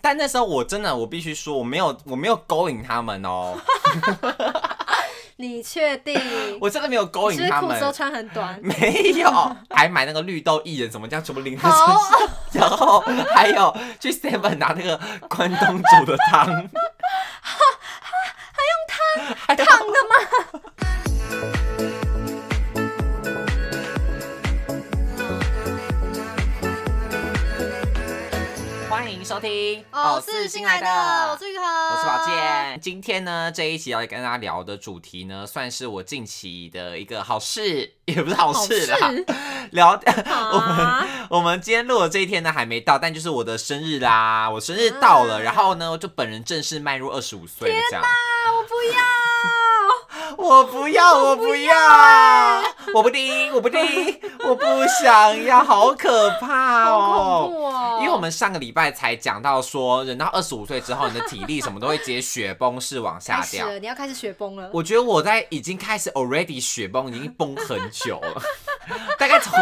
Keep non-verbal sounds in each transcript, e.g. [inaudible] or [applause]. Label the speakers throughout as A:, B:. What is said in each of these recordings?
A: 但那时候我真的，我必须说，我没有，我没有勾引他们
B: [laughs]
A: 哦，
B: 你确定？
A: 我真的没有勾
B: 你
A: 引
B: 是不是
A: 他
B: 裤子
A: 们，
B: 都穿很短？
A: [laughs] 没有，还买那个绿豆薏仁，怎么这样全部淋在身
B: 好
A: 上， [laughs] 然后还有去 Seven 拿那个关东煮的汤，
B: [laughs]
A: 还用汤，还烫的吗？欢迎收听
B: 哦，是新来的，我是玉恒，
A: 我
B: 我
A: 是宝。健，今天呢这一集要跟大家聊的主题呢，算是我近期的一个好事，也不是好
B: 好
A: 事
B: 事
A: 啦。聊我
B: 啊
A: 们！
B: [laughs]
A: 我们今天录的这一天呢还没到，但就是我的生日啦，我生日到了，
B: 啊
A: 然后呢我就本人正式迈入二十五岁了，这样。
B: 啊，我不要，
A: 我不要，我不要，
B: 啊
A: 我不听，我不听，
B: [laughs]
A: 我不想要，好可怕
B: 好
A: [laughs] 哦！
B: 恐怖哦！
A: 因为我们上个礼拜才讲到说，人到二十五岁之后，你的体力什么都会直接雪崩式往
B: 开
A: 下
B: 始 [laughs]
A: 掉。
B: 了，你要开始雪崩了。
A: 我觉得我在已经开始 already 雪崩，已经崩很久了， [laughs] 大概从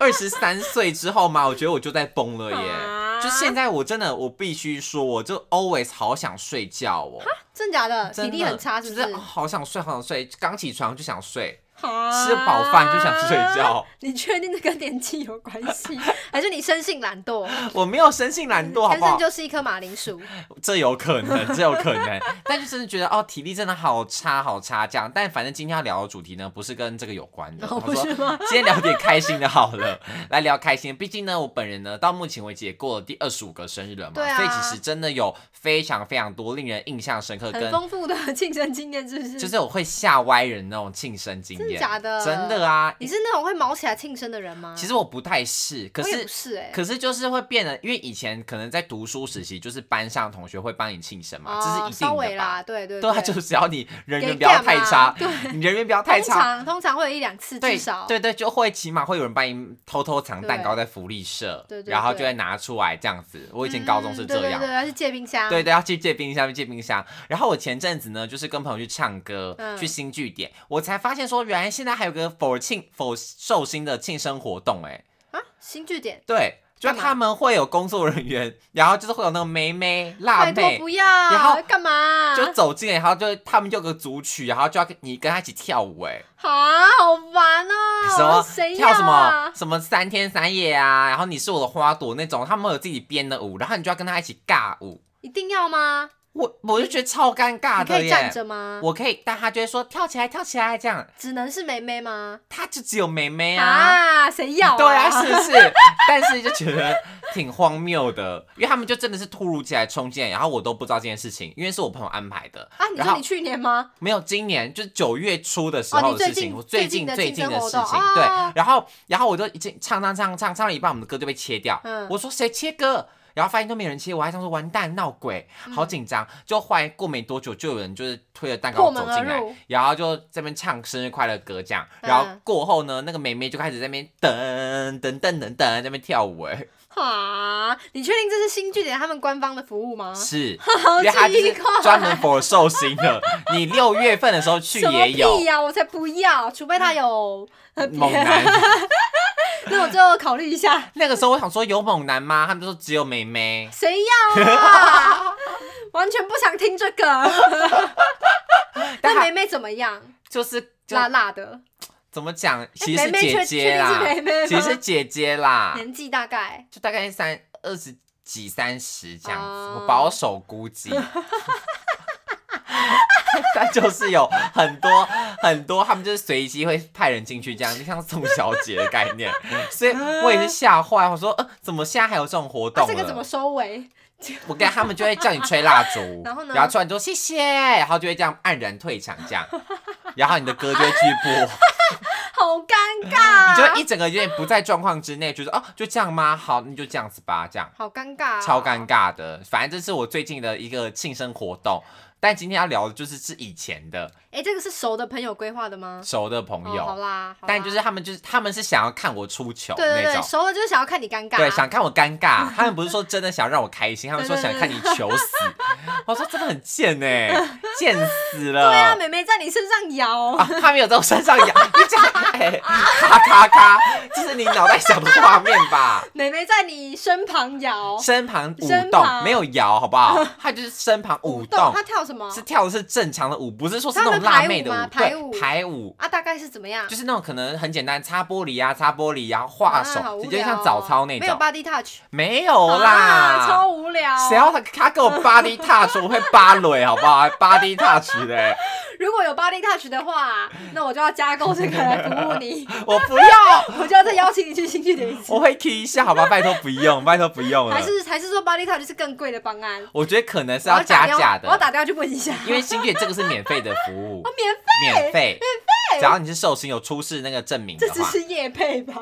A: 二十三岁之后嘛，我觉得我就在崩了耶。
B: 啊
A: 就现在我真的，我必须说，我就 always 好想睡觉哦，
B: 真假的？体
A: 真
B: 力
A: 的
B: 很差是不
A: 就是
B: 是？
A: 好想睡，好想睡，刚起床就想睡，
B: 吃
A: 吃饱饭就想睡觉。
B: 你确定这跟年纪有关
A: [laughs]
B: 系，还是你生性懒惰？
A: 我没有生性懒惰，好
B: 天
A: 不好
B: 生？嗯就是一颗马铃薯。
A: 这有可能，这有可
B: [laughs]
A: 能，但就真的觉得哦，体力真的好差好差这样。但反正今天要聊的主题呢，不是跟这个有关的，
B: 哦
A: 我
B: 不是
A: 说今天聊点开心的好了， [laughs] 来聊开心的。毕竟呢，我本人呢到目前为止也过了第二十五个生日了嘛，
B: 对啊
A: 所以其实真的有非常非常多令人印象深刻
B: 很
A: 跟。
B: 丰富的 [laughs] 庆生经验，是不是？
A: 就是我会吓歪人那种庆生经
B: 真的
A: 验，
B: 假的？
A: 真的啊！
B: 你是那种会毛起来庆生的人吗？
A: 其实我不太是，可
B: 我也
A: 是
B: 不是哎、
A: 可是就是会变得，因为以前可能在读书时期，就是班上同学会帮你庆生嘛，这
B: 哦
A: 是一
B: 稍
A: 定
B: 微
A: 的吧？
B: 啦，对对
A: 对啊，就是只要你人缘不要太差
B: 给干嘛，
A: [laughs] 你人缘不要太
B: 通
A: 差，
B: 常通常会有一两次
A: 对
B: 至少。
A: 对对，就会起码会有人帮你偷偷藏蛋糕在福利社，
B: 对对对
A: 然后就会拿出来这样子。我以前高中是这样
B: 嗯对对，对，要去借冰箱。
A: 对对，要去借冰箱，借冰箱。然后我前阵子呢，就是跟朋友去唱歌，
B: 嗯
A: 去新据点，我才发现说，原来现在还有个否庆否寿星的庆生活动、哎。
B: 啊，新据点，
A: 对，就
B: 干嘛
A: 他们会有工作人员，然后就是会有那个妹妹、辣
B: 拜托
A: 妹，
B: 不要，
A: 然后
B: 干嘛？
A: 就走进来，然后就他们就有个组曲，然后就要跟你跟他一起跳舞、哎、
B: 啊，好烦哦、
A: 什么
B: 谁要
A: 跳什
B: 啊
A: 么？什么三天三夜啊，然后你是我的花朵那种，他们有自己编的舞，然后你就要跟他一起尬舞，
B: 一定要吗？
A: 我我就觉得超尴尬
B: 你可
A: 的
B: 以站
A: 耶。
B: 着吗？
A: 我可以，但他就会说跳起来，跳起来这样，
B: 只能是梅梅吗？
A: 他就只有妹妹啊
B: 啊，谁
A: [laughs]
B: 要、
A: 对啊，是不是？但是就觉得挺荒谬的，因为他们就真的是突如其来冲进来，然后我都不知道这件事情，因为是我朋友安排的。
B: [laughs] 啊，你
A: 然
B: 说
A: 后
B: 你去年吗？
A: 没有，今年就是九月初的时
B: 哦
A: 候的
B: 你最
A: 事情，
B: 近
A: 我最
B: 最近
A: 近
B: 的
A: 最
B: 庆
A: 近
B: 生
A: 的
B: 活
A: 事
B: 动
A: 情，
B: 哦
A: 对。然后，然后我就已经唱唱唱唱唱了一半，我们的歌就被切掉。
B: 嗯
A: 我说谁切歌？然后发现都没人切，我还想说完蛋闹鬼，
B: 嗯
A: 好紧张。就后来过没多久，就有人就是推着蛋糕
B: 破门
A: 走
B: 而
A: 进来
B: 入，
A: 然后就这边唱生日快乐歌这样。然后
B: 嗯
A: 过后呢，那个妹妹就开始在那边噔噔噔噔噔在那边跳舞、哎，
B: 啊，你确定这是新据点他们官方的服务吗？ [laughs]
A: 是，
B: 啊好
A: 因为她就是
B: 奇怪
A: 专门 for 寿星的。你六月份的时候去
B: 什么
A: 也
B: 屁
A: 有。
B: 呀、我才不要，除非他
A: [laughs]
B: 有呃别
A: 猛男，
B: 那我最后考虑一下，
A: 那个时候我想说有猛男吗？他们就说只有妹妹。
B: 谁要啊？
A: [laughs]
B: 完全不想听这个。
A: 但
B: 那
A: 她
B: 梅梅怎么样？
A: 就是就
B: 辣辣的，哎
A: 怎么讲，其实
B: 梅
A: 是
B: 梅确
A: 姐
B: 确
A: 姐
B: 定是
A: 啦，
B: 梅梅吗？
A: 其实是姐姐啦，
B: [laughs] 年纪大概
A: 就大概三二十几、三十这样子，
B: 哦
A: 我保守估计。 [laughs] 但就是有很多很多，他们就是随机会派人进去，这样就像宋小姐的概念，所以我也是吓坏，我说呃，怎么现在还有这种活
B: 啊
A: 动、了？
B: 这个怎么收
A: [laughs]
B: 尾？，
A: 我跟他们就会叫你吹蜡烛
B: [laughs] 然后呢
A: 然后突然就说谢谢，然后就会这样黯然退场这样，然后你的歌就会去播，
B: 好尴尬，
A: 你就会一整个有点不在状况之内，觉得哦就这样吗？好，那就这样子吧，这样
B: 好尴尬、
A: 超尴。尬的。反正这是我最近的一个庆生活动，但今天要聊的就是是以前的
B: 哎、这个是熟的朋友规划的吗？
A: 熟的朋
B: 哦、好
A: 友，
B: 啦，好啦
A: 但就是他们就是他们是想要看我出糗
B: 对对
A: 那
B: 对，
A: 种。
B: 熟了就是想啊要看你尴尬，
A: 对，想看我尴
B: [laughs]
A: 尬，他们不是说真的想让我开心，他们说想看你求死。我说真的很贱哎、贱死了。
B: 对啊，妹妹在你身上
A: [laughs]
B: 摇，
A: 啊，他没有在我身上痒，你讲，哎、咔咔咔，这是你脑袋想的画面吧？
B: 妹妹在你身旁摇，
A: 身旁舞
B: 哦身
A: 动
B: 旁
A: 没有摇，好不好？他就是身旁舞动
B: 她，跳什么
A: 是跳的是正常的舞，不是说是
B: 嗯他
A: 那
B: 们
A: 种辣
B: 排
A: 妹
B: 舞
A: 的
B: 吗
A: 舞，
B: 排
A: 对，
B: 舞
A: 排舞。
B: 啊？大概是怎么样？
A: 就是那种可能很简单，擦玻璃啊，擦玻璃、啊，然后画手，
B: 啊好无
A: 有点
B: 聊
A: 像早操那
B: 哦没有
A: 种。
B: body touch，
A: 没有
B: 啊
A: 啦，
B: 超无聊。
A: 谁要他他给我 body touch，我会芭蕾好不好
B: [laughs]
A: 还？body touch 的、欸
B: 如果有 body touch 的话，那我就要加购这个来服务你， [laughs]
A: 我不要，
B: 我就要再邀请你去新剧点
A: [laughs]
B: 一次。
A: 我会 k 一下好吧？拜托不
B: [laughs]
A: 用，拜托不用了。
B: 还是还是说 body touch 是更贵的方案？
A: 我觉得可能是
B: 我要
A: 要加
B: 打电话
A: 价
B: 我要
A: 的，
B: 打电话去问一下。 [laughs]
A: 因为新月这个是免费的服务
B: 我，免
A: 免
B: 费，
A: 费，只要你是寿星有出示那个证明
B: 这
A: 的
B: 只
A: 话，
B: 是夜配吧？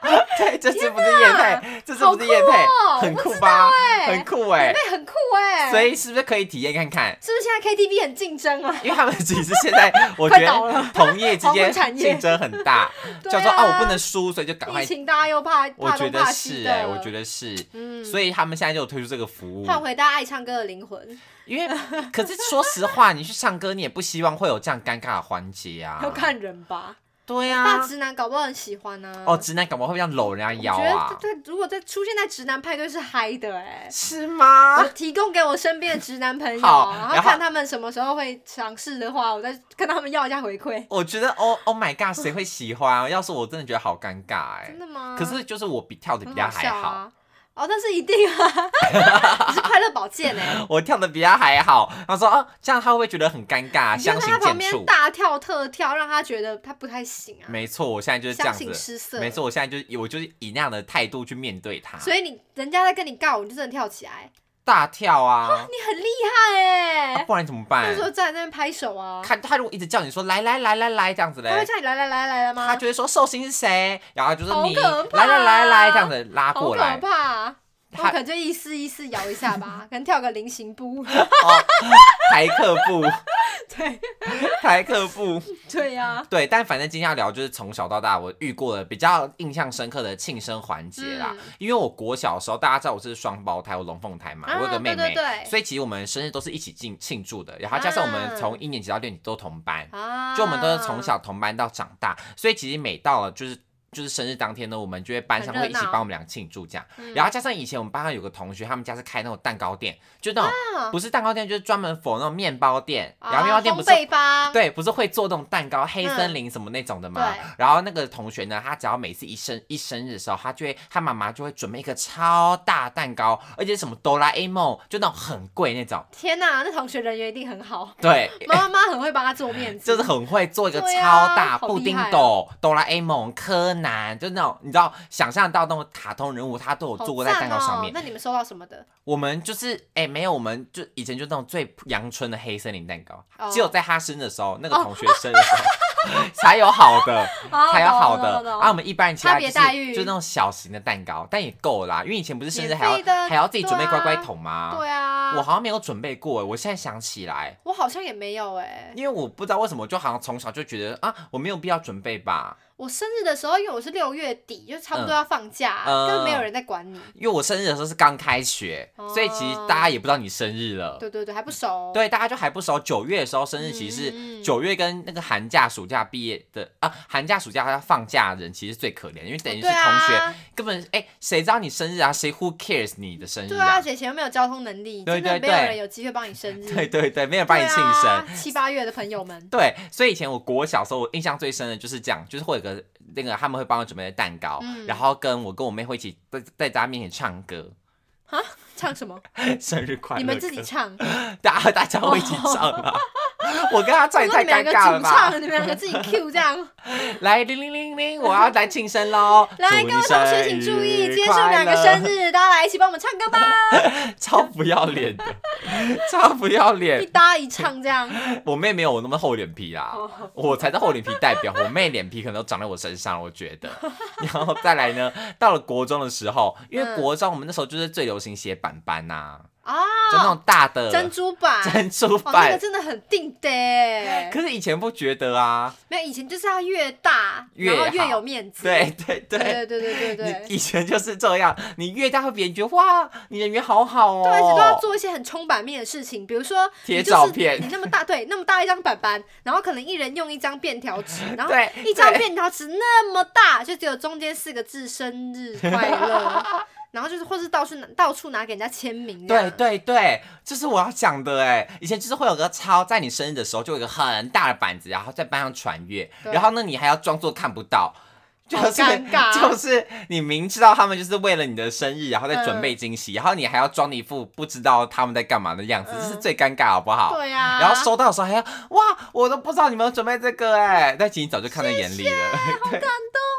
A: [laughs] 对，这次不是夜配，这次不是夜
B: 好酷哦
A: 配，很酷吧？
B: 欸
A: 很酷哎
B: 夜，配很酷哎，
A: 所以是不是可以体验看看？
B: 是不是现在 KTV 很竞争啊？
A: 因为他们其实现
B: [laughs]
A: 在我觉
B: 快倒
A: 得
B: 了
A: 同业之
B: [laughs] 黄
A: 间
B: 昏产业
A: 竞争很大，
B: [laughs] 对
A: 叫做
B: 啊
A: 啊我不能输，所以就赶快
B: 疫，情大家又怕
A: 我
B: 怕
A: 觉
B: 东
A: 得是
B: 怕西
A: 哎，
B: 的，
A: 我觉
B: 得
A: 得是。
B: 嗯
A: 所以他们现在就有推出这个服务，
B: 换回大家爱唱歌的灵魂，
A: 因为可是说实话，你去唱歌，你也不希望会有这样尴尬的环节啊。
B: 要看人吧。
A: 对
B: 大
A: 啊，
B: 直男搞不好很喜欢啊呢。
A: 哦，直男感冒会让搂人家腰
B: 我
A: 啊？
B: 觉得对，如果在出现在直男派对是嗨的哎、
A: 是吗
B: 我？提供给我身边的直男朋友，
A: 啊好
B: 然
A: 然
B: 后
A: 后
B: 看他们什么时候会尝试的话，我再跟他们要一下回馈。
A: 我觉得，Oh Oh my God，谁会喜欢啊？要是我真的觉得好尴尬哎
B: 真。的吗？
A: 可是就是我比跳的比
B: 很
A: 他
B: 好
A: 还
B: 笑
A: 好，
B: 啊！哦，但是一定啊，你是快乐宝剑哎，
A: [laughs] 我跳的比他还好。然后说哦，这样他会不会觉得很尴尬？
B: 你就
A: 啊相
B: 在
A: 形
B: 他旁
A: 见
B: 边
A: 绌。
B: 大跳特跳，让他觉得他不太行啊，
A: 没错，我现在就是这
B: 相
A: 样
B: 形
A: 子。
B: 失色。
A: 没错，我现在就是以我就是以那样的态度去面对他。
B: 所以你人家在跟你告，你就真的跳起来，
A: 大跳啊，
B: 哦你很厉害
A: 啊
B: 哎、
A: 不然怎么
B: 那
A: 办
B: 时？候站在那边拍手啊，
A: 看他如果一直叫你说来来来来来这样子
B: 他会
A: 嘞，
B: 叫你来来来来来吗？
A: 他就会说寿星是谁，然后就是
B: 好
A: 你
B: 可怕
A: 来来来来这样子拉
B: 好
A: 过
B: 可
A: 来。
B: 怕、啊！我
A: 他
B: 可能就一丝一丝摇一下吧，
A: [laughs]
B: 可能跳个菱形步。
A: 哦， [laughs] 台客部，
B: [laughs] 对
A: 台客部，
B: 对啊呀、
A: 对，但反正今天要聊就是从小到大我遇过的比较印象深刻的庆生环节啦。
B: 嗯
A: 因为我国小的时候，大家知道我是双胞胎，我龙凤胎嘛，
B: 啊
A: 我有个妹妹，
B: 对对对
A: 所以其实我们生日都是一起庆庆祝的。然后加上我们从一年级到六年级都同班，
B: 啊
A: 就我们都是从小同班到长大，所以其实每到了就是。就是生日当天呢，我们就会班上
B: 很
A: 会
B: 热
A: 一起
B: 闹
A: 帮我们俩庆祝这样，
B: 嗯
A: 然后加上以前我们班上有个同学，他们家是开那种蛋糕店，就那种
B: 啊
A: 不是蛋糕店，就是专门否那种面包店，然后
B: 啊
A: 面包店不
B: 烘
A: 是
B: 焙吧？
A: 对，不是会做那种蛋糕、黑森林什么那种的吗？
B: 啊嗯对
A: 然后那个同学呢，他只要每次一生一生日的时候，他就会他妈妈就会准备一个超大蛋糕，而且是什么哆啦 A 梦，就那种很贵那种。
B: 天哪、那同学人缘一定很
A: [laughs]
B: 好，
A: 对，
B: 妈妈很会帮他做面子，
A: 就是很会做一个
B: 对
A: 超
B: 啊
A: 大
B: 好
A: 布
B: 厉
A: 丁
B: 害哦
A: 斗、哆啦 A 梦、柯南，就那种你知道，想象到那种卡通人物，他都有
B: 好
A: 做过在蛋糕
B: 赞
A: 上
B: 哦
A: 面。
B: 那你们收到什么的？
A: 我们就是哎、没有，我们就以前就那种最阳春的黑森林蛋糕，
B: 哦
A: 只有在他生日的时候，那个同学生日的时候、 [laughs] 才有好的。
B: 啊
A: 才有好的。
B: 懂懂懂
A: 啊，我们一般人其他
B: 差
A: 就
B: 别
A: 是
B: 待遇
A: 就是那种小型的蛋糕，但也够啦，因为以前不是生日
B: 免
A: 还要
B: 费的
A: 还要自己准备
B: 对啊
A: 乖乖桶吗？
B: 对啊，
A: 我
B: 我
A: 好像没有准备过，欸我现在想起来，
B: 我好像也没有哎、
A: 因为我不知道为什么，就好像从小就觉得啊，我没有必要准备吧，
B: 我生日的时候，因为我是六月底，就差不多
A: 嗯
B: 要放假，
A: 嗯
B: 根本没有人在管你。
A: 因为我生日的时候是刚开学，
B: 哦
A: 所以其实大家也不知道你生日了。
B: 对对对，还不熟。
A: 对，大家就还不熟。九月的时候生日，其实
B: 嗯嗯
A: 是
B: 嗯
A: 九月跟那个寒假、暑假毕业的啊，寒假、暑假他放假的人其实最可怜，因为等于是
B: 对
A: 同
B: 啊
A: 学、根本哎，谁、知道你生日啊？谁 who cares 你的生日
B: 对啊，姐姐又没有交通能力，
A: 对
B: 真
A: 对
B: 的没
A: 对
B: 有人有机会帮你生
A: [laughs]
B: 日。
A: 对对对，没有人帮你庆生。
B: 嗯对啊七八月的朋友们，
A: 对，所以以前我国小时候，我印象最深的就是这样，就是会有个那个他们会帮我准备的蛋糕，
B: 嗯
A: 然后跟我跟我妹会一起在在大家面前唱歌，
B: 唱什么？
A: 生日快乐
B: 你
A: 歌，
B: 们自己唱，哦
A: 大家大家会一起唱啊。 [laughs] 我跟他唱也
B: [laughs] 我说
A: 太
B: 你们两
A: 尴
B: 个
A: 尬了
B: 主
A: 吧！
B: 唱，你们两个自己
A: [laughs]
B: Q 这样。
A: 来零零零零，我要来庆生喽！
B: [laughs] 来，
A: 祝你
B: 各位同
A: 生
B: 学请注意，
A: 日
B: 今天是我们
A: 快
B: 两个
A: 乐
B: 生，日，大家来一起帮我们唱
A: [laughs]
B: 歌吧！
A: 超不要脸的， [laughs] 超不要
B: [laughs] 一
A: 脸！
B: 搭一唱这样。
A: 我妹没有我那么厚脸皮啦，
B: 哦
A: 我才是厚脸皮代表，我妹脸皮可能都长在我身上，我觉
B: [laughs]
A: 得。然后再来呢，到了国中的时候，因为
B: 嗯哦
A: 国中我们那时候就是最流行写板板呐、 [laughs] 就那种大的
B: 啊珍珠
A: [laughs]
B: 板，
A: 珍珠
B: 哦，那
A: 板
B: 个。真的很定的耶。
A: [laughs] 可是以前不觉得啊，
B: 没有以前就是要越大，
A: 越
B: 然后越
A: 好
B: 有面子。
A: 对对对，
B: 对对对对对
A: 你以前就是这样，你越大会别人觉得哇，你人缘好好哦，
B: 对，而且都要做一些很冲版面的事情，比如说你
A: 贴
B: 就是
A: 照片
B: 你那么大对，那么大一张板板，然后可能一人用一张便条纸，然后
A: 对
B: 一张
A: 对
B: 便条纸那么大，就只有中间四个字“生日快乐”， [laughs] 然后就是或是到处拿到处拿给人家签名这
A: 对
B: 样，
A: 对对，这是我要讲的哎。以前就是会有个超，在你生日的时候就有一个很大的板子，然后在班上传阅，
B: 对
A: 然后呢你还要装作看不到。就
B: 好
A: 是
B: 尴尬
A: [laughs] 就是你明知道他们就是为了你的生日，然后在
B: 嗯
A: 准备惊喜，然后你还要装一副不知道他们在干嘛的样子，这是
B: 嗯
A: 最尴尬，好不好？
B: 对啊呀、
A: 然后收到的时候还要哇，我都不知道你们有准备这个哎，但其实你早就看在眼里了，好感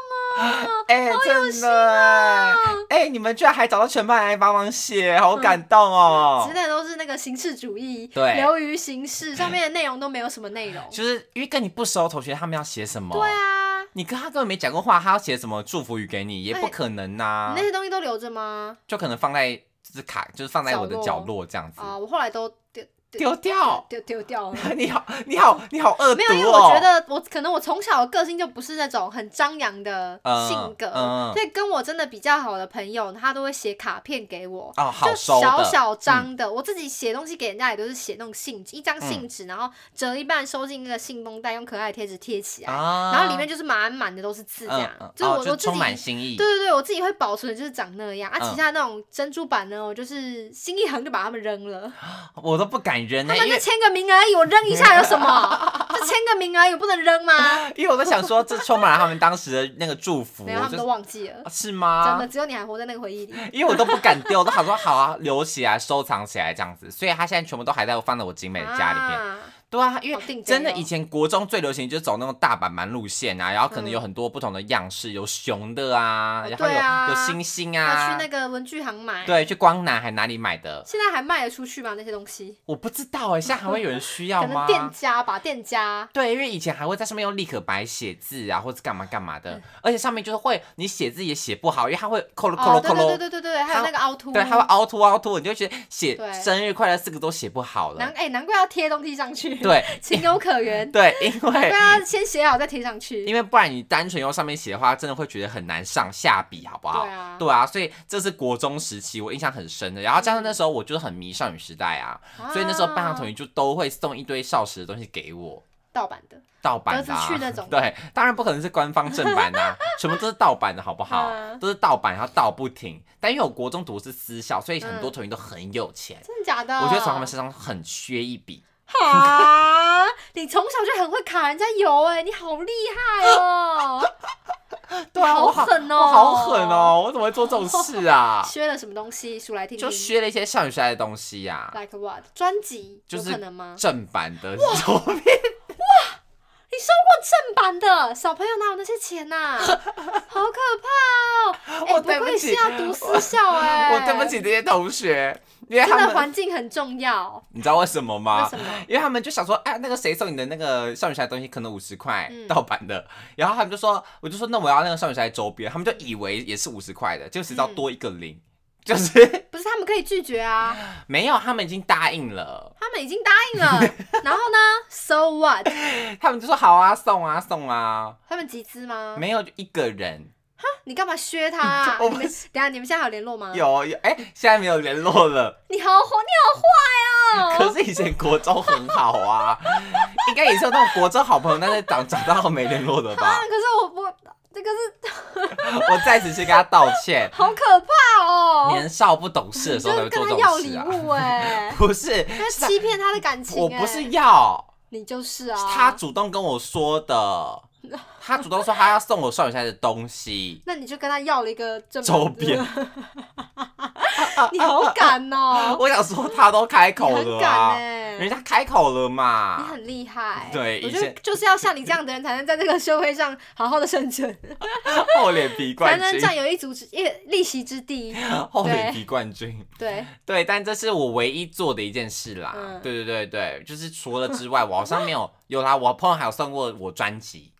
A: 动哦， [laughs] 哎，真的
B: 啊
A: 哎，哎，你们居然还找到全班来帮忙写，好感动哦
B: 之。类都是那个形式主义，
A: 对
B: 流于形式，上面的内容都没有什么内容。
A: 就是因为跟你不熟的同学，他们要写什么？
B: 对啊，
A: 你跟他根本没讲过话，他要写什么祝福语给你，也不可能呐、
B: 你那些东西都留着吗？
A: 就可能放在就是卡，就是放在我的
B: 角
A: 角
B: 落
A: 落这样子，
B: 啊、我后来都丢
A: 丢掉。
B: 丢丢掉了。
A: [laughs] 你好，你好，你好 [laughs] 恶毒
B: 没
A: 哦！
B: 有，因为我觉得我可能我从小的个性就不是那种很张扬的
A: 嗯
B: 性格，
A: 嗯
B: 所以跟我真的比较好的朋友，他都会写卡片给我。
A: 哦，好
B: 就
A: 收的，
B: 小小张的，我自己写东西给人家也都是写那种信纸，一
A: 嗯
B: 张信纸，然后折一半收进那个信封袋，用可爱的贴纸贴起来，
A: 啊，
B: 然后里面就是满满的都是字这样，
A: 嗯嗯
B: 就是
A: 哦
B: 我我自
A: 充满
B: 己，
A: 心意，
B: 对对对，我自己会保存的就是长那样啊，
A: 嗯
B: 其他那种珍珠板呢，我就是心一横就把它们扔了。
A: 我都不敢扔呢、
B: 他们
A: 因
B: 就
A: 为
B: 签个名而已，我扔一下有什么？就签个名而已，我不能扔吗？
A: 因为我在想说，这充满了他们当时的那个祝福，
B: 没有，他
A: 我
B: 们
A: 就
B: 都忘记了
A: 啊。是
B: 真
A: 吗
B: 的，？只有你还活在那个回忆里。
A: 因为我都不敢丢，我都想说好啊，留起来收藏起来这样子，所以他现在全部都还在放在我精美的家里面。
B: 啊
A: 对啊，因
B: 好定
A: 为
B: 得
A: 真的
B: 哦
A: 以前国中最流行就是走那种大板板路线啊，然后可能有很多不同的样式，有熊的啊，
B: 嗯哦
A: 然后
B: 对啊
A: 有有星星
B: 要去
A: 啊
B: 那，个文具行买。，
A: 对，去光南还哪里买的？
B: 现在还卖得出去吗？那些东西？
A: 我不知道哎，现在还会有人需要
B: 可能
A: 吗？
B: 店家吧，店家。
A: 对，因为以前还会在上面用立可白写字啊，或者干嘛干嘛
B: 嗯
A: 的，而且上面就是会你写字也写不好，因为它会扣了扣
B: 哦，
A: 了
B: 对
A: 扣
B: 对对
A: 了，
B: 对对对，还有那个凹凸。
A: 对，它会凹凸凹凸，你就觉得写
B: 对
A: 生日快乐四个都写不好
B: 难
A: 了。
B: 哎，难怪要贴东西上去。，
A: 对
B: 情有可原。
A: 对，因
B: 难
A: 为
B: 怪要先写好再贴上去。
A: 因为不然你单纯用上面写的话，真的会觉得很难上下笔，好不好？
B: 对啊
A: 所以这是国中时期我印象很深的，然后加
B: 嗯
A: 上那时候我就是很迷少女时代啊，
B: 啊
A: 所以那时候班上同学就都会送一堆少时的东西给我。
B: 盗版的。
A: 盗版的、啊，
B: 格子去那种
A: [laughs] 对，当然不可能是官方正版
B: [laughs]
A: 啊，全部都是盗版的，好不好？
B: 嗯
A: 都是盗版，然后盗不停。但因为我国中读的是私校，所以很多
B: 嗯
A: 同学都很有钱，
B: 真的假的？
A: 我就从他们身上很缺一
B: [laughs]
A: 笔。
B: 啊！ [laughs] 你从小就很会卡人家油哎、你好厉害哦！
A: [laughs] 对啊，我
B: 好狠哦？
A: 我好狠哦！我怎么会做这种事啊
B: [laughs] 缺了什么东西？数来听听。
A: 就削了一些少女时代的东西呀、
B: Like what？专辑
A: 就是
B: 有可能吗？
A: 正版的周边，
B: 你收过正版的？小朋友哪有那些钱
A: [laughs]
B: 呐、好可怕哦！哎、
A: 我
B: 不
A: 对不
B: 愧是
A: 起
B: 要读私校
A: [laughs] [laughs]
B: 哎、
A: 我对不起，这些同学，因为
B: 真
A: 他
B: 的
A: 们，
B: 环境很重要。
A: 你知道为什么吗？
B: 为什么？
A: 因为他们就想说，哎、那个谁送你的那个少女时代的东西，可能五十块
B: 嗯
A: 盗版的，然后他们就说，我就说那我要那个少女时代周边，他们就以为也是五十块的，就谁知道
B: 嗯
A: 多一个零，就是
B: 不是他们可以拒绝
A: [laughs]
B: 啊，
A: 没有，他们已经答应了，
B: 他们已经答
A: [laughs]
B: 应了。然后呢？So what？
A: 他们就说好啊，送啊送啊，
B: 他们集资吗？
A: 没有就一个人
B: 你干嘛削他、啊？
A: [laughs] 我
B: 你们等一下你们现在还有联络吗？
A: 有有，哎、现在没有联络了，
B: 你好火，你好坏
A: 可
B: 哦！
A: 是以前国中很好啊，应该也是有那种国中好朋友，但是长长大后没联络的
B: 啊， [laughs]
A: 吧，
B: 可是我不，这个是
A: 我在此先跟他道歉，
B: 好可怕哦！
A: [laughs] 年少不懂事的
B: 你
A: 时候才会
B: 就跟
A: 做
B: 他
A: 这
B: 要
A: 种
B: 礼
A: 事啊。
B: 物哎、
A: [laughs] 不是，
B: 他
A: 是他
B: 欺骗他的感情、哎
A: 我不是要，
B: 你就是啊，
A: 是他主动跟我说
B: [laughs]
A: 的，他主动说他要送我少女时代的东西。
B: 那你就跟他要了一个正版
A: 周边，
B: 啊你好敢
A: [laughs]
B: 哦，
A: [laughs] 我想说他都开口
B: 你很
A: 了
B: 敢
A: 啊，
B: 哎、
A: 人家开口了
B: 你
A: 嘛。
B: 很厉害，
A: 对
B: 我
A: 以
B: 觉得
A: 前
B: 就是要像你这样的人，才能在这个社会上好好的生存，
A: [laughs] 厚脸皮 [laughs]
B: 才
A: 冠
B: 能
A: 军，
B: 占有一足之一立席之地。
A: [laughs] 厚脸皮冠军。
B: 对，
A: 对，但这是我唯一做的一件事啦。
B: 嗯
A: 对对对对，
B: [laughs]
A: 就是除了之外，我好像没有有啦。我朋友还有送过我专辑，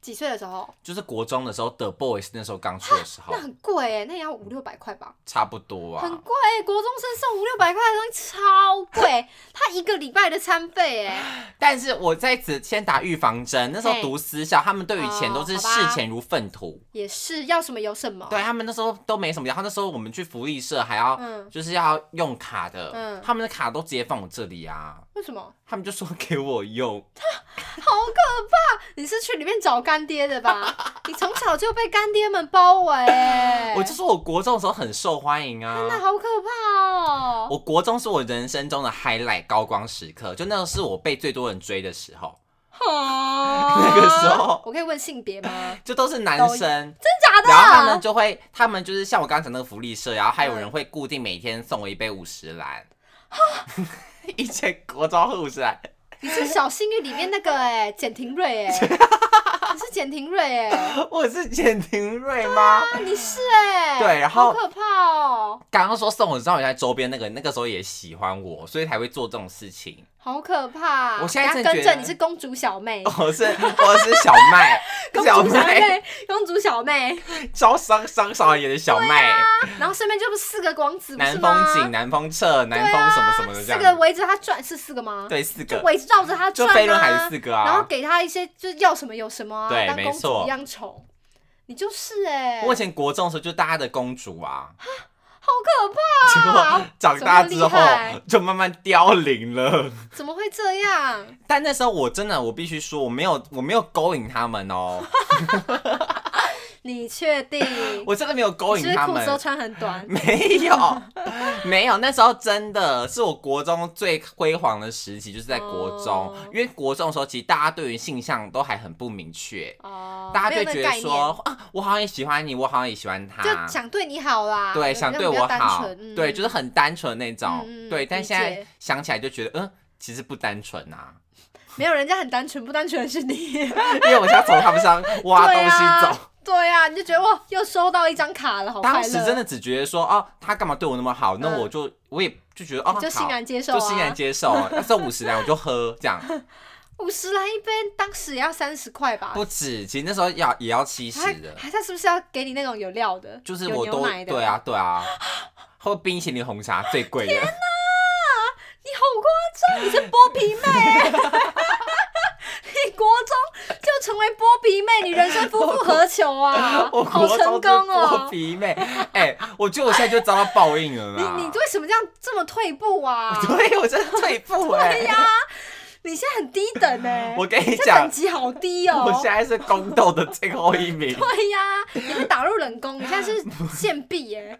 B: 几岁的时候？
A: 就是国中的时候，The Boys 那时候刚出的时候
B: [laughs] 那，很贵哎、那也要五六百块吧，
A: 差不多啊
B: 很。贵、欸。国中生送五六百块的东西超贵，他一个礼拜的餐费哎、
A: [laughs] 但是我在此先打预防针，那时候
B: 嘿
A: 读私校，他们对于钱
B: 哦
A: 都是
B: 好
A: 视
B: 吧哦
A: 钱如粪土，
B: 也是要什么有什么。
A: 对他们那时候都没什么。然后那时候我们去福利社还要、
B: 嗯
A: 就是要用卡的，
B: 嗯
A: 他们的卡都直接放我这里啊，
B: 为什么？
A: 他们就说给我用。
B: 好可怕！你是去里面找干爹的
A: [laughs]
B: 吧？你从小就被干爹们包围、欸，
A: 我就说我国中的时候很受欢迎
B: 真的
A: 啊。
B: 好可怕哦。
A: 我国中是我人生中的 highlight 高光时刻，就那是我被最多人追的时候， [laughs]
B: 那
A: 个时候？
B: 我可以问性别吗
A: [laughs] 就都是男
B: 都有
A: 生，
B: 真
A: [laughs] 然后他
B: 假
A: 们
B: 的？
A: 就会，他们就是像我刚刚讲那个福利社，然后还有
B: 嗯
A: 人会固定每天送我一杯五十兰。 [laughs] 以前国中喝五十兰，
B: 你是小幸运里面那个哎、简廷瑞
A: [laughs]
B: 哎、你是简廷瑞哎、
A: 我是简廷瑞吗？
B: 啊你是哎、
A: 对然后
B: 好可怕哦，
A: 刚刚说送我之后，我在周边那个那个时候也喜欢我，所以才会做这种事 [laughs] 情。
B: 好可怕。
A: 我现在
B: 等
A: 真
B: 下
A: 的觉
B: 更
A: 得
B: 正，你是公主小妹，
A: 我是我是小 [laughs] 麦
B: 公，
A: 小
B: 主小
A: 麦
B: 妹，公主小妹，
A: 招商商少爷的小麦，
B: 然后身边就不是四个王子，不是
A: 南
B: 吗
A: 风景、南风侧、南风什么什么的这
B: 四个
A: 样。
B: 围着他转，是四个吗？，
A: 对，啊四个，
B: 围绕着他
A: 就
B: 转、啊，
A: 飞轮海是四个
B: 然后
A: 啊。
B: 给他一些就是要什么有什么啊，
A: 对
B: 当
A: 没
B: 公主
A: 错
B: 一样宠。你就是哎、
A: 我以前国中的时候就大家的公主啊。
B: 好可
A: [laughs]
B: 怕！
A: 结果长大之
B: 啊怎么那么厉
A: 后
B: 害
A: 就慢慢凋零了。
B: 怎么会这样？
A: 但那时候我真的，我必须说，我没有，我没有勾引他们
B: [laughs]
A: 哦，
B: 你确定？
A: 我真的没有勾
B: 你
A: 引
B: 是不是
A: 他 [laughs]
B: 裤子都
A: 们。
B: 穿很短？
A: 没有，没有，那时候真的是我国中最辉煌的时期，就是在国中
B: 哦
A: 因为国中的时候，其实大家对于性向都还很不明确，
B: 哦，
A: 大家
B: 没有
A: 就
B: 那
A: 觉
B: 个
A: 得
B: 概念
A: 说，啊，我好像也喜欢你，我好像也喜欢他，
B: 就想对你好啦，
A: 对，
B: 比
A: 想
B: 较
A: 对
B: 比较
A: 我
B: 单
A: 好
B: 纯，嗯
A: 对，就是很单纯那种，
B: 嗯嗯
A: 对。但
B: 理
A: 现在
B: 解
A: 想起来就觉得，嗯，其实不单纯啊，
B: 没有人家很单纯，不单纯的是你
A: [laughs]
B: [laughs]
A: 因为我现在从他们身上挖东西走。
B: 对啊对啊，你就觉得哇，又收到一张卡了，好快乐。
A: 当时真的只觉得说，哦，他干嘛对我那么好？那
B: 嗯
A: 我就我也就觉得，哦，
B: 你就欣
A: 好
B: 然接受、啊，
A: 就欣然接受。
B: [laughs]
A: 那时候五十来我就喝，这样
B: 五十来一杯，当时也要三十块吧？
A: 不止。其实那时候要也要七十
B: 还
A: 的，
B: 还他是不是要给你那种有料的，
A: 就是
B: 有
A: 我
B: 牛
A: 都
B: 奶的？
A: 对啊，对啊，喝冰淇淋红茶最贵的。！
B: 你好夸张，你是剥皮妹、 [laughs] 欸。你国中就成为剥皮妹，你人生夫复何求啊
A: [laughs] 我
B: 好
A: 国
B: 成
A: 中
B: 功哦
A: 剥！皮妹，哎、我觉得我现在就遭到报应了
B: 你
A: 啦。？
B: 你为什么这样这么退步啊
A: [laughs] 对我真的退步哎、
B: 你现在很低等哎、
A: [laughs] 我跟你
B: 你这
A: 讲
B: 等，级好低哦、
A: 我现在是宫斗的最后一名。
B: [laughs] 对呀、你被打入冷宫，你现在是贱婢
A: [laughs]
B: 哎！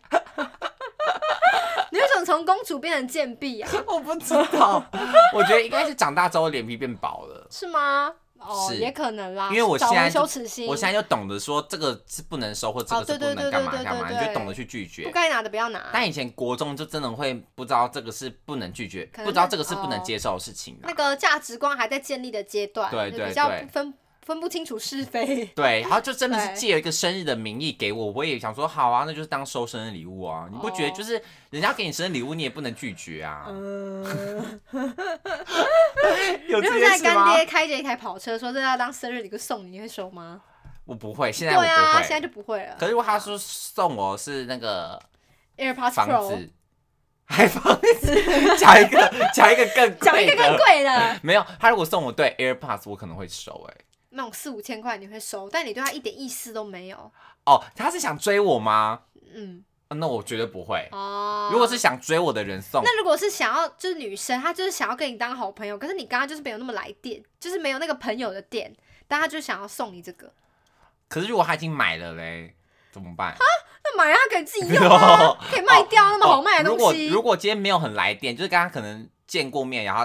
B: 你为什么从公主变成贱婢
A: [laughs]
B: 啊？
A: 我不知道，我觉得应该是长大之后脸皮变薄了，
B: 是吗？哦，
A: 是
B: 也可能啦，
A: 因为我
B: 找
A: 现在
B: 回羞
A: 就
B: 耻心，
A: 我现在就懂得说这个是不能收，或这
B: 哦
A: 个是
B: 对对
A: 不能
B: 对
A: 干嘛
B: 对对
A: 干嘛，
B: 对
A: 你就
B: 对
A: 懂得去拒
B: 不
A: 绝。
B: 该拿的不要拿。
A: 但以前国中就真的会不知道这个是不能拒绝，
B: 可能
A: 不知道
B: 那
A: 这个是不能
B: 哦
A: 接受的事情
B: 那
A: 啊。
B: 个价值观还在建立的阶段，
A: 对
B: 就
A: 对
B: 比较
A: 对
B: 分分不清楚
A: [laughs]
B: 是非。
A: 对，然后就真的是
B: 对
A: 借一个生日的名义给我，我也想说好啊，那就是当收生日礼物啊。你不觉得
B: 哦
A: 就是人家给你生日礼物，你也不能拒绝啊？呃
B: [laughs] 嗯，
A: 有
B: 如果现在干爹开着一台跑车说这要当生日礼物送你，你会收吗？
A: 我不会，现
B: 对
A: 在我不
B: 啊，现在
A: 会。
B: 就不会了
A: 可。是如果他说送我是那个
B: AirPods
A: 房
B: Pro，
A: 子，还房子，
B: [laughs]
A: 讲一个讲一个更
B: 讲一
A: 贵
B: 个更
A: 的，
B: 贵的，
A: 没有。他如果送我对 AirPods，我可能会收哎、
B: 那种四五千块你会收，但你对他一点意思都没有。
A: 哦，他是想追我吗？
B: 嗯，
A: 呃那我绝对不会。
B: 哦，
A: 如果是想追我的人送，
B: 那如果是想要就是女生，她就是想要跟你当好朋友，可是你刚刚就是没有那么来电，就是没有那个朋友的电，但她就想要送你这
A: [laughs]
B: 个，
A: 可是如果他已经买了嘞，怎么办？
B: 那买了她可以自己
A: [laughs]
B: 用啊，可以卖掉那么好卖的
A: 哦
B: 东
A: 如
B: 西。
A: 果如果今天没有很来电，就是跟他可能见过面，然后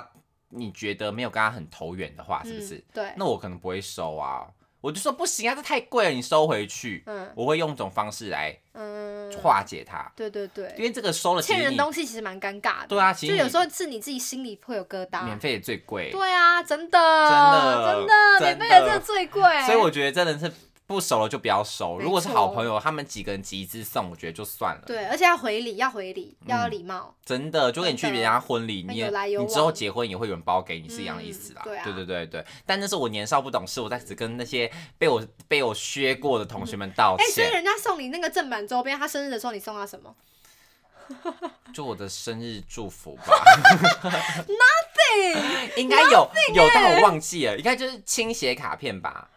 A: 你觉得没有跟他很投缘的话，是不是？
B: 嗯、对，
A: 那我可能不会收啊。我就说不行啊，这太贵了，你收回去。
B: 嗯
A: 我会用一种方式来
B: 嗯，
A: 化解它。
B: 对对
A: 因
B: 对，
A: 为这个收了，其
B: 欠
A: 实
B: 人
A: 你
B: 东西其实蛮尴尬的。
A: 对啊其
B: 就
A: 实
B: 有
A: 你
B: 时候是你自己心里会有疙瘩
A: 免。费也最贵，
B: 对啊，真的，
A: 的
B: 真的，
A: 真
B: 免费的
A: 的
B: 真的最贵。
A: 所以我觉得真的是。不熟了就不要熟。
B: 没
A: 如果是好
B: 错
A: 朋友，他们几个人集资送，我觉得就算了。
B: 对，而且要回礼，要回礼，要有礼貌。
A: 真的，就跟你去
B: 真的
A: 人家婚礼，
B: 那
A: 你也
B: 有来有
A: 你之后
B: 往
A: 结婚也会有人包给你，是一样的意思啦。
B: 嗯对啊
A: 对对对对但那时候我年少不懂事，我在只跟那些被我被我削过的同学们道
B: 哎、所以
A: 歉。
B: 人家送你那个正版周边，他生日的时候你送他什么？
A: 就我的生日祝福吧，[laughs]
B: 对，
A: 应该有有，但我忘记
B: 欸
A: 了，应该就是倾斜卡片吧。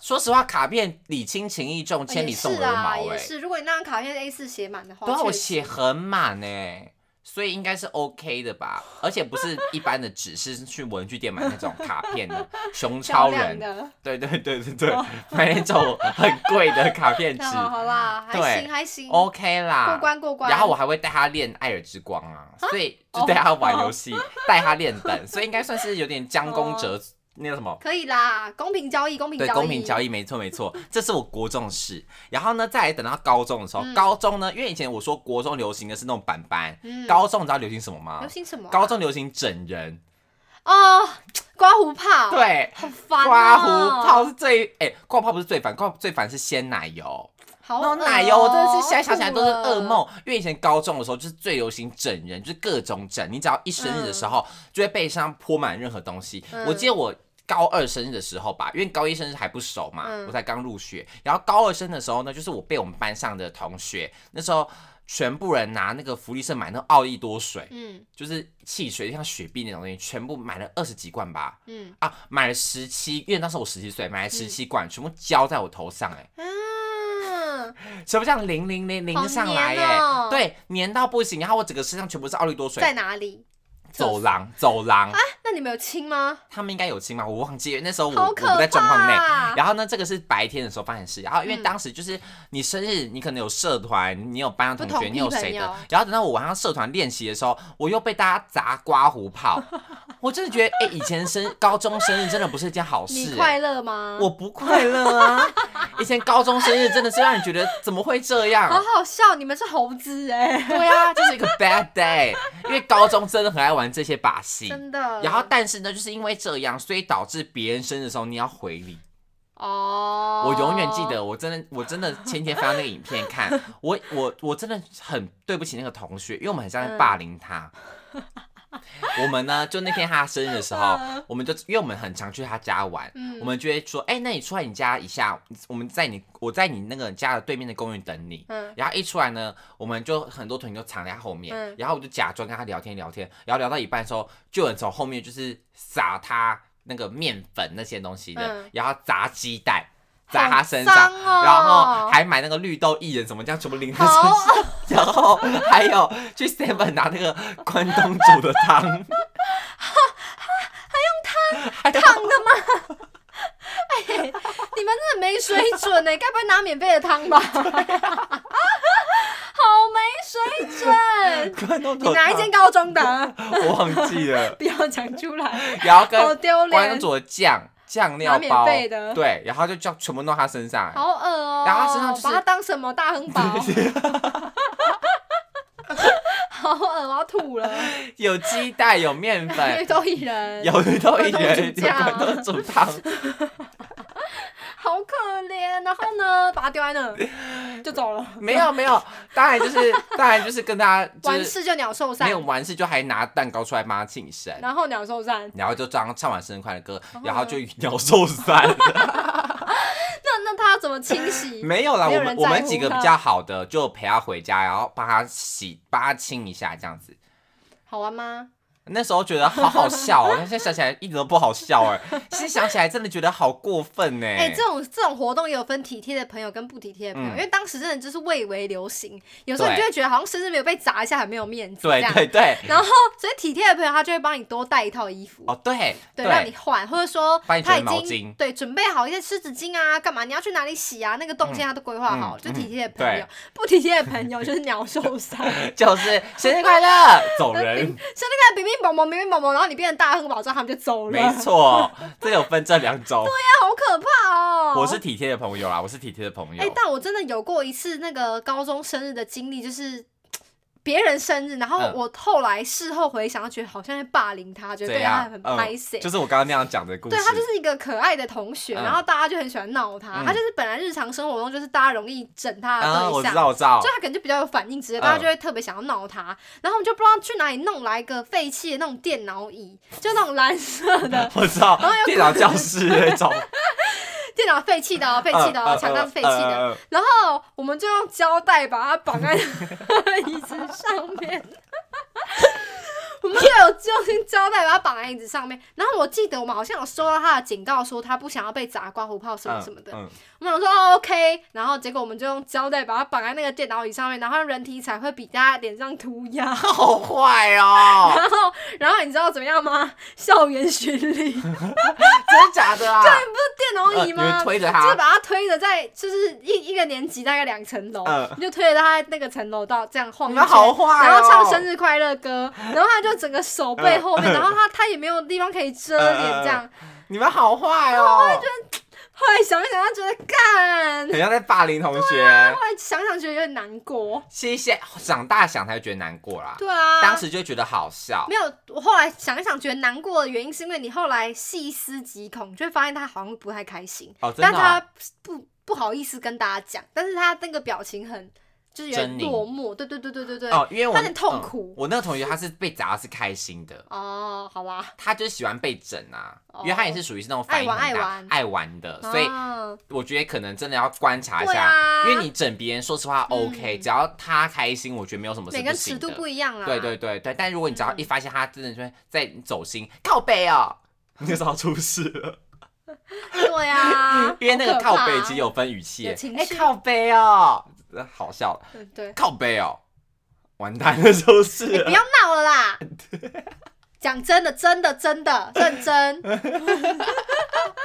A: 说实话，卡片礼轻情意重，千里送
B: 也
A: 鹅
B: 是啊，
A: 毛、
B: 也
A: 哎、
B: 是。如果你那张卡片 A 四写满的话，
A: 对啊，我
B: 确实
A: 写很满哎、所以应该是 OK 的吧，而且不是一般的纸，是去文具店买那种卡片
B: [laughs]
A: 的熊
B: 漂
A: 超
B: 亮
A: 人，
B: 的，哦
A: 对对对对对，买那种很贵的卡
B: [laughs]
A: 片纸
B: 那好好啦，还
A: 对
B: 行还行，
A: ，OK 啦，
B: 过关过关。
A: 然后我还会带他练艾尔之光啊，所以就带他玩游
B: 哦
A: 戏，带他练
B: [laughs]
A: 等，所以应该算是有点将功折那个什么。
B: 可以啦，公平交易，公平
A: 对，
B: 哦交易，
A: 公平交易，没错没错，这是我国中的事。然后呢，再来等到高中的时候，
B: 嗯
A: 高中呢，因为以前我说国中流行的是那种板板，
B: 嗯
A: 高中你知道流行什么吗
B: 流？行什么啊？
A: 高中流行整人，
B: 哦，刮胡泡，，
A: 对，
B: 很烦、哦，
A: 刮胡泡，是最，哎，刮胡泡不是最烦，刮最烦是鲜奶油。
B: 好
A: 那
B: 恶
A: 种
B: 哦
A: 奶油，我真的是现在想起来都是
B: 吐
A: 噩
B: 了
A: 梦。因为以前高中的时候就是最流行整人，就是各种整。你只要一生日的时候，就会背上泼满任何东西。
B: 嗯
A: 我记得我。高二生日的时候吧，因为高一生日还不熟嘛，
B: 嗯
A: 我才刚入学。然后高二生的时候呢，就是我被我们班上的同学，那时候全部人拿那个福利社买那个奥利多水，
B: 嗯
A: 就是汽水，像雪碧那种东西，全部买了二十几罐吧，
B: 嗯
A: 啊，买了十七，因为那时候我十七岁，买了十七罐，全部浇在我头上、哎。
B: 啊，
A: 什么叫淋淋淋
B: 好
A: 淋上来耶、
B: 黏哦
A: 对，黏到不行，然后我整个身上全部是奥利多水。
B: 在啊哪里？
A: 走廊，走廊，
B: 那你们有亲吗？
A: 他们应该有亲吧？我忘记了，那时候我
B: 好
A: 我
B: 可
A: 不在状况内。
B: 怕啊
A: 然后呢，这个是白天的时候发生的事。然后因为
B: 嗯
A: 当时就是你生日，你可能有社团，你有班上
B: 不
A: 同
B: 同
A: 学，
B: 批
A: 你有
B: 朋
A: 谁的
B: 友。
A: 然后等到我晚上社团练习的时候，我又被大家砸刮胡
B: [laughs]
A: 泡。我真的觉得，哎、以前生高中生日真的不是一件好事、
B: 你
A: 哎
B: 快乐吗？
A: 我不快乐啊！以前高中生日真的是让你觉得怎么会这样？
B: 好好笑，你们是猴子哎、
A: 对啊，就是
B: [laughs]
A: 一个 bad day，因为高中真的很爱玩这些把戏。
B: 真的。
A: 然后，但是呢，就是因为这样，所以导致别人生日的时候你要回礼。
B: 哦，
A: 我永远记得，我真的，我真的前天翻到那个影片看，
B: [laughs]
A: 我我我真的很对不起那个同学，因为我们很像在霸凌
B: [laughs]
A: 他。我们呢，就那天他生日的时候
B: 嗯，
A: 我们就因为我们很常去他家玩，
B: 嗯
A: 我们就会说，哎、那你出来你家一下，我们在你我在你那个家的对面的公园等你。
B: 嗯
A: 然后一出来呢，我们就很多同学都藏在他后面，
B: 嗯
A: 然后我就假装跟他聊天聊天，然后聊到一半的时候，就有人从后面就是撒他那个面粉那些东西的，
B: 嗯
A: 然后砸鸡蛋砸他身
B: 好
A: 上，
B: 脏哦、
A: 然后还买那个绿豆薏仁什么，这样全部淋在身
B: 好
A: 上，然后还有去 Seven 拿那个关东煮的
B: [laughs]
A: 汤，还用汤，还有
B: 烫的吗？哎， [laughs] 你们真的没水准哎、该不会拿免费的汤吧？ [laughs] 好没水
A: [laughs]
B: 准！
A: 关东煮
B: 你
A: 的
B: 哪一间高中的啊？
A: 汤？我忘记了，
B: 不要讲出来，
A: 然后
B: 好
A: 跟
B: 丢
A: 关东
B: 脸，
A: 煮的酱酱料
B: 拿免
A: 包，
B: 费的
A: 对，然后就叫全部弄他身上，
B: 好恶哦、
A: 然后他身上就是
B: 把它当什么大
A: [laughs]
B: 亨堡？好恶，我要吐了。
A: 有鸡蛋，有面
B: 绿 [laughs]
A: 粉，
B: 豆薏仁，
A: 有绿豆薏
B: 关
A: 仁，
B: 东煮
A: 有
B: 酱
A: 关东煮汤，
B: 好可怜。然后呢，把它丢在那，就走了。
A: 没有没有，当然就是当然就是跟他就
B: 完
A: 是
B: 事就鸟兽散
A: 没，有完事就还拿蛋糕出来帮他庆生。
B: 然后哦鸟兽散。
A: 然后就这样唱完生日快乐歌，
B: 然后呢
A: 然后就鸟兽散
B: [laughs]
A: 了。
B: 那那他要怎么清洗？
A: 没有啦，
B: 没有
A: 我
B: 人
A: 们
B: 在乎
A: 我们几个比较好的就陪他回家，然后帮他洗、帮他清一下这样子。
B: 好玩吗？
A: 那时候觉得好好笑、哦，但 [laughs] 现在想起来一点都不好笑哎、现在想起来真的觉得好过分呢、
B: 哎、这种这种活动也有分体贴的朋友跟不体贴的朋友，
A: 嗯
B: 因为当时真的就是蔚为流行，有时候你
A: 对
B: 就会觉得好像生日没有被砸一下很没有面子这
A: 对
B: 样。
A: 对对，
B: 然后，所以体贴的朋友他就会帮你多带一套衣服，
A: 哦对
B: 对，让你换，或者说
A: 帮你
B: 他已
A: 准备毛
B: 经
A: 巾
B: 对准备好一些湿纸巾啊，干嘛？你要去哪里洗啊？那个动线他都规划好，
A: 嗯
B: 就
A: 嗯
B: 体贴的朋
A: 对
B: 友，不体贴的朋友就是鸟兽散。
A: [laughs]
B: [laughs]
A: 就是生日快乐，走人，
B: 所以那个冰冰宝宝、冰冰宝宝，然后你变成大亨宝之后，他们就走了，啊
A: 没
B: [laughs]
A: 错，这有分这两种。
B: 好可怕哦！
A: 我是体贴的朋友啦，我是体贴的朋
B: 哎、
A: 友。
B: 但我真的有过一次那个高中生日的经历，就是别人生日，然后
A: 嗯
B: 我后来事后回想，觉得好像在霸凌他，觉得
A: 对
B: 对
A: 呀
B: 他，很
A: 嗯
B: 拍死。
A: 就是我刚刚那样讲的故事。
B: 对他就是一个可爱的同学，
A: 嗯
B: 然后大家就很喜欢闹他。
A: 嗯
B: 他就是本来日常生活中就是大家容易整他的
A: 啊，我
B: 对
A: 知
B: 象，
A: 道，我知道
B: 就，他可能就比较有反应之类，
A: 嗯
B: 大家就会特别想要闹他。然后我们就不知道去哪里弄来一个废弃的那种电脑椅，就那种蓝色 [laughs] 的
A: [laughs] 我知道
B: 然后，有
A: 电脑教室那种，
B: 电脑，废弃的 [laughs] 哦，废弃的哦，
A: 嗯
B: 强调是废弃的。。
A: 嗯嗯嗯嗯
B: 然后我们就用胶带把它绑在 [laughs] 椅子上面。 [laughs] 我们就有用胶带把它绑在椅子上面，然后我记得我们好像有收到他的警告，说他不想要被砸刮胡泡什么什么的。
A: 嗯
B: 我们想说、哦、OK，然后结果我们就用胶带把它绑在那个电脑椅上面，然后人体彩绘笔在他脸上涂鸦。
A: 好坏
B: [laughs]
A: 哦，
B: 然后，然后你知道怎么样吗？校园巡
A: [laughs]
B: 礼，
A: 真假的啊？
B: 电脑椅
A: 啊呃你
B: 吗？
A: 们推着
B: 就是
A: 他，
B: 把他推着在，就是一一个年级大概两层楼，
A: 嗯
B: 你就推着他在那个层楼到这样晃
A: 你
B: 一
A: 们
B: 圈，
A: 好坏哦。
B: 然后唱生日快乐歌，然后他就整个手背后面，
A: 嗯
B: 然后他他也没有地方可以遮脸，这样。
A: 你们好坏哦，
B: 后来想一想，他觉得
A: [laughs]
B: 干，
A: 很像在霸凌同学。
B: 后来想想觉得有点难过。
A: 谢谢，长大想才觉得难过啦。
B: 对啊，
A: 当时就觉得好笑
B: 没。有，我后来想一想，觉得难过的原因是因为你后来细思极恐，就会发现他好像不太开心，
A: 哦，真
B: 但
A: 的哦
B: 他不不好意思跟大家讲，但是他那个表情很就是有点
A: 狰狞
B: 落寞，对对对对对对，
A: 哦，因为我
B: 呃他很痛苦
A: 嗯我那个同学他是被砸的是开心的，
B: 哦，好吧，
A: 他就是喜欢被整啊，
B: 哦
A: 因为他也是属于是那种反应很大
B: 爱玩爱玩
A: 爱玩的，呃所以
B: 啊
A: 我觉得可能真的要观察一
B: 对
A: 下，
B: 啊嗯
A: 因为你整别人，说实话 OK，、只要他开心，我觉得没有什么是
B: 每
A: 不
B: 个
A: 行的。
B: 人尺度不一样啦，啊嗯
A: 对对对对，但如果你只要一发现他真的就会在走心、靠背哦，你就知道出事了，，
B: 对
A: [laughs]
B: 啊
A: 因为那个靠背其
B: 只
A: 实有分语气耶，
B: 啊有情
A: 哎、
B: 绪
A: 靠背哦，好笑，
B: 对，
A: 靠背哦，完蛋了就是
B: 你
A: 了
B: 不要闹了啦。讲真的，真的，真的，认真。 [laughs]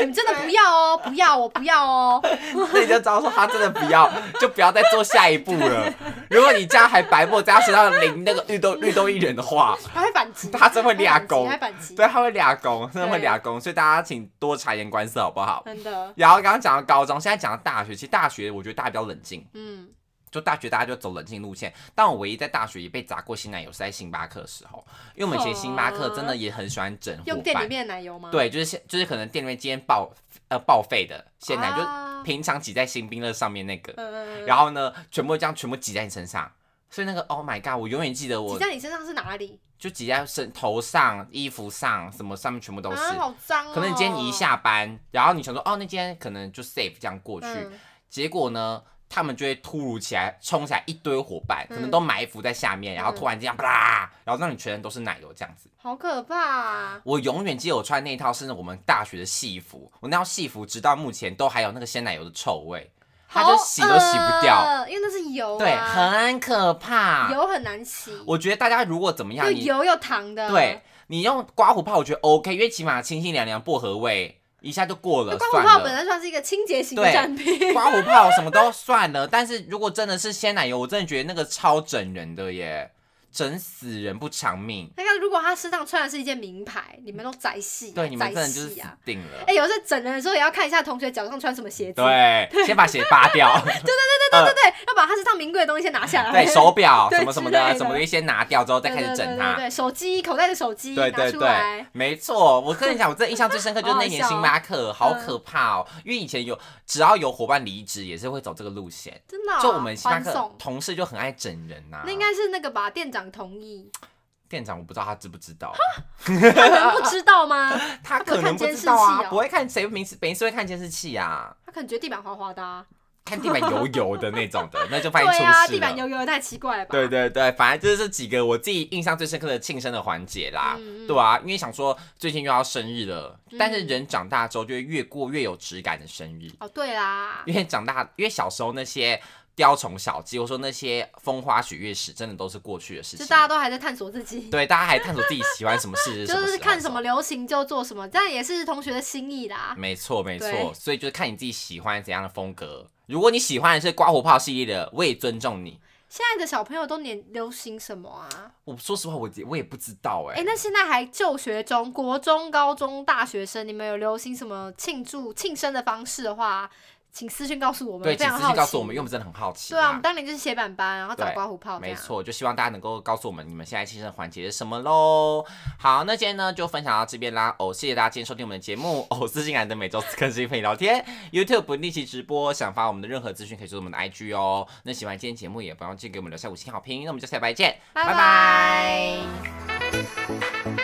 B: 你们真的不要哦，不要哦，不要哦。
A: 那你就知道说他真的不要，就不要再做下一步了。如果你这样还白沫在他身上淋那个绿豆绿豆薏仁的话，
B: 他会反击，
A: 他真会俩
B: 狗，
A: 狗
B: [laughs] 他会反击，
A: 对，啊他会俩攻，真的会
B: 对
A: 俩攻，所以大家请多察言观色，好不好？
B: 真的，
A: 然后刚刚讲到高中，现在讲到大学，其实大学我觉得大家比较冷静，
B: 嗯，
A: 就大学大家就走冷静路线。但我唯一在大学也被砸过新奶油是在星巴克的时候，因为我们以前星巴克真的也很喜欢整
B: 哦用
A: 伙
B: 店里
A: 伴，
B: 面的奶油吗？
A: 对，就是现就是可能店里面今天报呃报废的鲜奶，就
B: 啊，
A: 平常挤在新冰乐上面那个，
B: 嗯，
A: 然
B: 后
A: 后呢，全部这样全部挤在你身上，所以那个 Oh my God，我永远记得
B: 挤
A: 我
B: 在你身上是哪里？
A: 就挤在身头上、衣服上什么上面全部都是。
B: 啊，好脏哦。
A: 可能你今天你一下班，然后你想说哦，那今天可能就 safe 这样过去，
B: 嗯
A: 结果呢，他们就会突如其来冲起来一堆伙伴，
B: 嗯
A: 可能都埋伏在下面，然后突然这样啪啦，然后让你全身都是奶油这样子。
B: 好可怕啊！
A: 我永远记得我穿那一套是我们大学的戏服，我那套戏服直到目前都还有那个鲜奶油的臭味，它就洗都洗不掉，
B: 好恶因为那是油啊，
A: 对，很可怕。
B: 油很难洗，
A: 我觉得大家如果怎么样，
B: 又
A: 你
B: 油又糖的，
A: 对。你用刮胡泡，我觉得 OK，因为起码清清凉凉薄荷味一下就过了，
B: 那
A: 算
B: 刮胡
A: 了。
B: 泡本来算是一个清洁型的
A: 对
B: 产 [laughs] 品，
A: 刮胡泡什么都算了，但是如果真的是鲜奶油，我真的觉得那个超整人的耶，整死人不偿命。
B: 那个如果他身上穿的是一件名牌，你们都宅系、啊，
A: 对，你们真
B: 宅
A: 的就是
B: 系
A: 死
B: 啊！
A: 定了。
B: 哎、有时候整人的时候也要看一下同学脚上穿什么鞋子，
A: 对，先把鞋扒掉。对对对
B: 啊 [laughs] 对对，要把他身上名贵的东西先拿下来，
A: 对，
B: [laughs]
A: 手表什么
B: 对
A: 什么
B: 之类
A: 的，
B: 的
A: 什么东西先拿掉之后再开始整
B: 对对对
A: 它。
B: 对对，手机口袋的手机
A: 对
B: 拿
A: 对
B: 出
A: 对
B: 来，，
A: 没错，我跟你讲，我真的印象最深刻就是那年
B: [laughs] 好好笑哦
A: 星巴克，好可怕哦！因为以前有，只要有伙伴离职，也是会走这个路线。
B: 真的啊、
A: 就我们星巴
B: 欢
A: 克
B: 送。
A: 同事就很爱整人呐。
B: 那应该是那个吧，店长同
A: [laughs]
B: 意，
A: 店长我不知道他知不知道，
B: 他可能不知道吗？
A: 他
B: 可
A: 可
B: 能
A: 能
B: 不
A: 不
B: 知
A: 知
B: 道
A: 道
B: 啊
A: 啊，不会看谁没事没事会看监视器啊，
B: 他可能觉得地板滑滑的、啊，
A: 看地板油油的那种的，那就发
B: 对
A: 现出
B: 啊，
A: 事
B: 地板
A: 了。
B: 油油的太奇怪了吧？
A: 对对对，反正就是这几个我自己印象最深刻的庆生的环节啦，
B: 嗯嗯
A: 对啊，因为想说最近又要生日了，但是
B: 嗯
A: 人长大之后就会越过越有质感的生日，
B: 哦对啦，
A: 因为长大，因为小时候那些雕虫小技，或者说那些风花雪月史，真的都是过去的事
B: 就
A: 情。
B: 大家都还在探索自己，
A: 对，大家还探索自己喜欢什么事啊是什
B: [laughs] 就
A: 么，
B: 是看
A: 什
B: 什么流行就做什么，但也是同学的心意啦。
A: 没错，没
B: 对
A: 错，所以就是看你自己喜欢怎样的风格。如果你喜欢的是刮胡泡系列的，我也尊重你。
B: 现在的小朋友都年流行什么啊？
A: 我说实话，我也我也不知道哎、
B: 哎、那现在还就学中，国中、高中、大学生，你们有流行什么庆祝庆生的方式的话，请私信告诉我们，
A: 对，
B: 非
A: 请
B: 常
A: 私
B: 好
A: 信
B: 奇。
A: 告诉我们，因为我们真的很好奇
B: 对啊，我
A: 啦。
B: 们当年就是写板板，然后找
A: 对
B: 刮胡泡这
A: 没
B: 样。
A: 错，就希望大家能够告诉我们你们现在亲身环节是什么喽。好，那今天呢就分享到这边啦。哦，谢谢大家今天收听我们的节目。哦，私信男的每周四更新陪你聊天，YouTube 不定期直播，想发我们的任何资讯可以搜我们的 IG 哦。那喜欢今天节目也不要忘记给我们留下五星好评。那我们就下礼拜见，
B: 拜
A: 拜拜
B: 拜